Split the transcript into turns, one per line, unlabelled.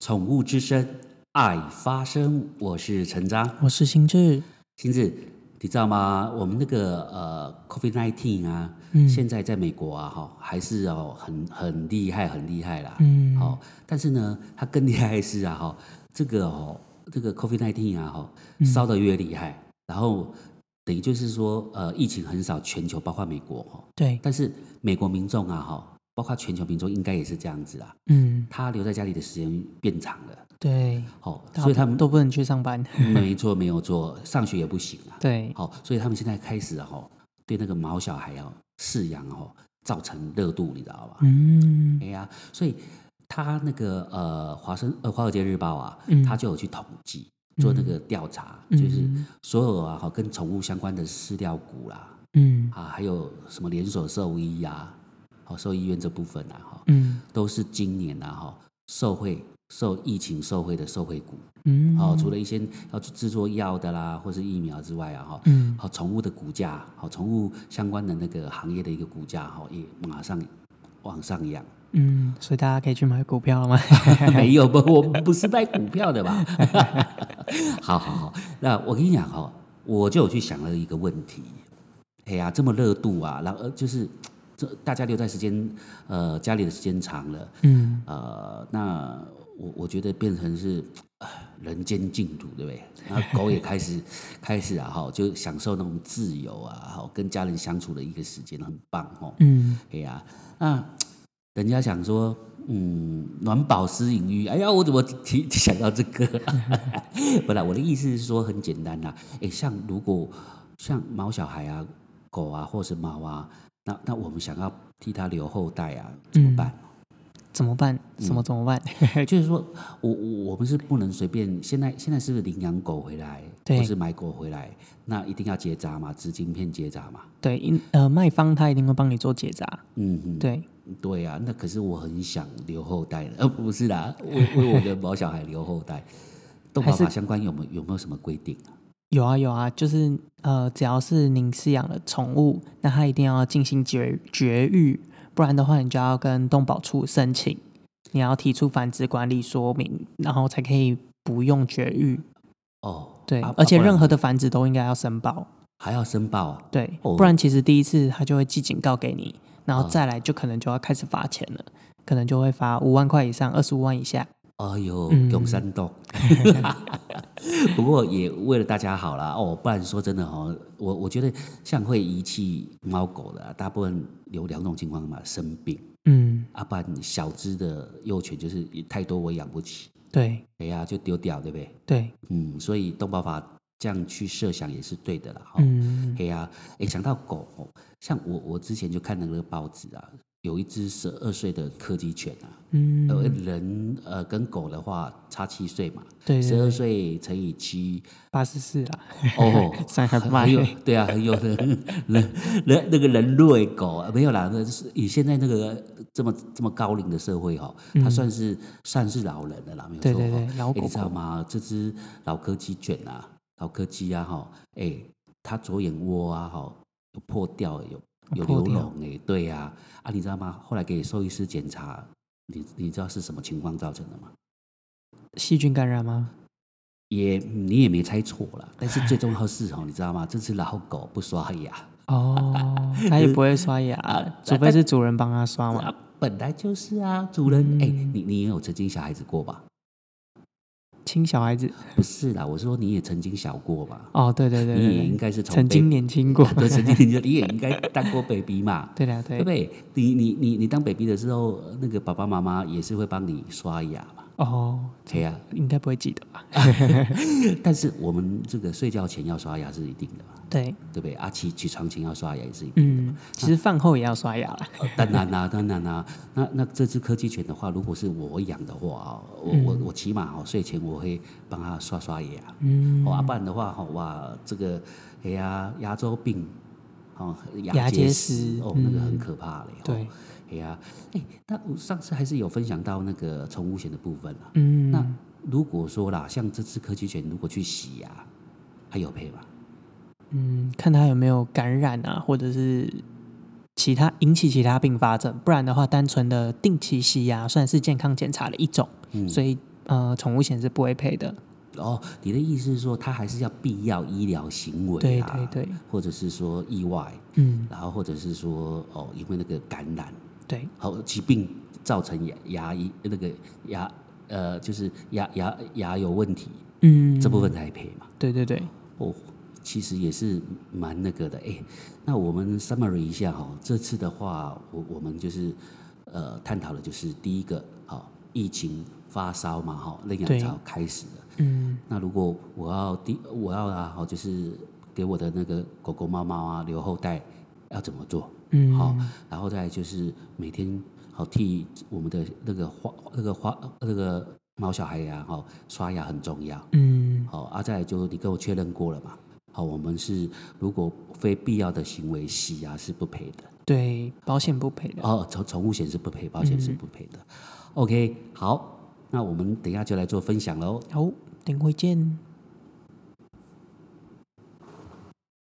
宠物之声，爱发声，我是陈章。
我是心智，
星子，你知道吗？我们那个呃，COVID nineteen 啊，
嗯
现在在美国啊，哈，还是哦，很很厉害，很厉害啦。嗯，好、但是呢，它更厉害的是啊，哈，这个哦，这个 COVID nineteen 啊，哈，烧得越厉害，然后等于就是说，呃，疫情很少，全球包括美国哈，
对，
但是美国民众啊，哈，包括全球民众应该也是这样子啦，
嗯，
他留在家里的时间变长了，
对，
哦，
大家
所以他们
都不能去上班，
没做没有做，上学也不行啊。
对，
好、所以他们现在开始哈、对那个毛小孩哦饲养哦，造成热度，你知道吧？
嗯
哎呀、所以他那个呃，华盛呃《华尔街日报》啊，
嗯
他就有去统计做那个调查，就是
嗯
所有啊哈跟宠物相关的饲料股啦，
嗯
啊，还有什么连锁兽医呀、啊，哦兽医院这部分啊哈，
嗯
都是今年啊哈受惠受疫情受惠的受惠股。
嗯，
哦，除了一些要去制作药的啦，或是疫苗之外啊，哈，
嗯
好，宠物的股价，好，宠物相关的那个行业的一个股价，哈，也马上往上扬。
嗯，所以大家可以去买股票了吗？
没有不，我们不是卖股票的吧？ 好好好，那我跟你讲哈，我就有去想了一个问题，哎呀，这么热度啊，然后呃就是这大家留在时间呃家里的时间长了，
嗯，
呃，那我我觉得变成是呃人间净土，对不对？然后狗也开始开始啊，哈，就享受那种自由啊，哈，跟家人相处的一个时间，很棒哦。
嗯
哎呀，那人家想说，嗯，暖宝私隐欲，哎呀，我怎么提提想到这个？ 不啦，我的意思是说很简单啦、哎，像如果像毛小孩啊、狗啊或是猫啊，那那我们想要替它留后代啊，怎么办？
怎么办？什么怎么办？
就是说，我我我们是不能随便。现在现在是不是领养狗回来，
对
或是买狗回来，那一定要结扎嘛，执晶片结扎嘛。
对，因呃，卖方他一定会帮你做结扎，
嗯嗯，
对，
对啊，那可是我很想留后代的，呃，不是啦，为为我的毛小孩留 后代。动保
还是
法相关有没有有没有什么规定啊？
有啊有啊，就是呃，只要是您饲养的宠物，那它一定要进行绝绝育，不然的话，你就要跟动保处申请，你要提出繁殖管理说明，然后才可以不用绝育。
哦，
对，
啊
而且
啊不然
任何的繁殖都应该要申报，
还要申报啊？
对，
哦啊
不然其实第一次它就会寄警告给你，然后再来就可能就要开始罚钱了，可能就会罚五万块以上，二十五万以下。
哎呦，
嗯
永山洞。 不过也为了大家好啦，哦，不然说真的哦，我我觉得像会遗弃猫狗的啊、大部分有两种情况嘛，生病，
嗯，
啊，不然小只的幼犬就是太多我养不起，
对
哎呀就丢掉，对不对？
对，
嗯，所以动保法这样去设想也是对的啦。哈、
嗯
嘿呀、啊，哎，想到狗，哦像我我之前就看那个报纸啊，有一只十二岁的柯基犬啊，
嗯，
呃，人呃跟狗的话差七岁嘛，
对
十
对，
二岁乘以 七，
八十四啦，，
哦
三很
很
慢
很有对啊，很有的 人人那个人类狗啊没有啦，那是以现在那个这么这么高龄的社会哈、哦，它算是、算是老人了啦，没有错、
嗯对
哦。
对对，老
欸
狗
你知道
狗，
吗？这只老柯基卷啊，老柯基啊，哈，哎，它左眼窝啊，哈，有破掉，有有
哦破
流
掉
脓，哎，对呀、啊，你知道吗？后来给兽医师检查，你你知道是什么情况造成的吗？
细菌感染吗？
也你也没猜错了，但是最重要是哦，你知道吗？这只老狗不刷牙
哦，嗯它也不会刷牙
啊，
除非是主人帮它刷嘛。
啊，本来就是啊，主
嗯
人哎、你你也有曾经小孩子过吧？
亲小孩子，
不是啦，我是说你也曾经小过吧？
哦，对对对
你也
对
应
对，
该是从，
曾经年轻过
对，曾经你也应该当过 baby 嘛？
对的
对不
对，
对？你你你你当 baby 的时候，那个爸爸妈妈也是会帮你刷牙嘛？
哦，
对呀、
应该不会记得吧？
但是我们这个睡觉前要刷牙是一定的嘛，
对，
对不对？啊，起起床前要刷牙也是一定
嗯，其实饭后也要刷牙啦。
的。呃当然啦、当然啦、那那这只柯基犬的话，如果是我养的话哦，我、我我起码哦，睡前我会帮它刷刷牙。
嗯，
哦，啊，不然的话，哦，哇，这个哎呀，牙周病，哦，
牙结
结
石嗯
哦，那个很可怕嘞。哦
对，
哎呀，哎，那我上次还是有分享到那个宠物险的部分啊。那
嗯，
如果说啦，像这只柯基犬如果去洗牙，还有赔吧？
嗯，看它有没有感染啊，或者是其他引起其他并发症，不然的话，单纯的定期洗牙算是健康检查的一种，所以呃宠物险是不会赔的。
哦，你的意思是说，它还是要必要医疗行为
对
啊，
对对，
或者是说意外，
嗯，
然后或者是说哦，因为那个感染，
对，
好疾病造成牙牙医那个牙呃，就是牙牙牙有问题，
嗯，
这部分才赔嘛。
对对对，
哦，其实也是蛮那个的。哎，那我们 summary 一下哈、哦，这次的话，我我们就是呃探讨的就是第一个，好、疫情发烧嘛，哈、那
对
两潮开始了。
嗯
那如果我要第我要啊，好就是给我的那个狗狗、猫猫啊留后代，要怎么做？
嗯，
好、然后再来就是每天好替我们的那个花那个花那个毛小孩呀、好刷牙很重要。
嗯
好、啊，再来就你跟我确认过了嘛？好，我们是如果非必要的行为，洗牙是不赔的。
对，保险不赔的。
哦，宠宠物险是不赔，保险是不赔的。OK，好，那我们等一下就来做分享喽。
好，等会见。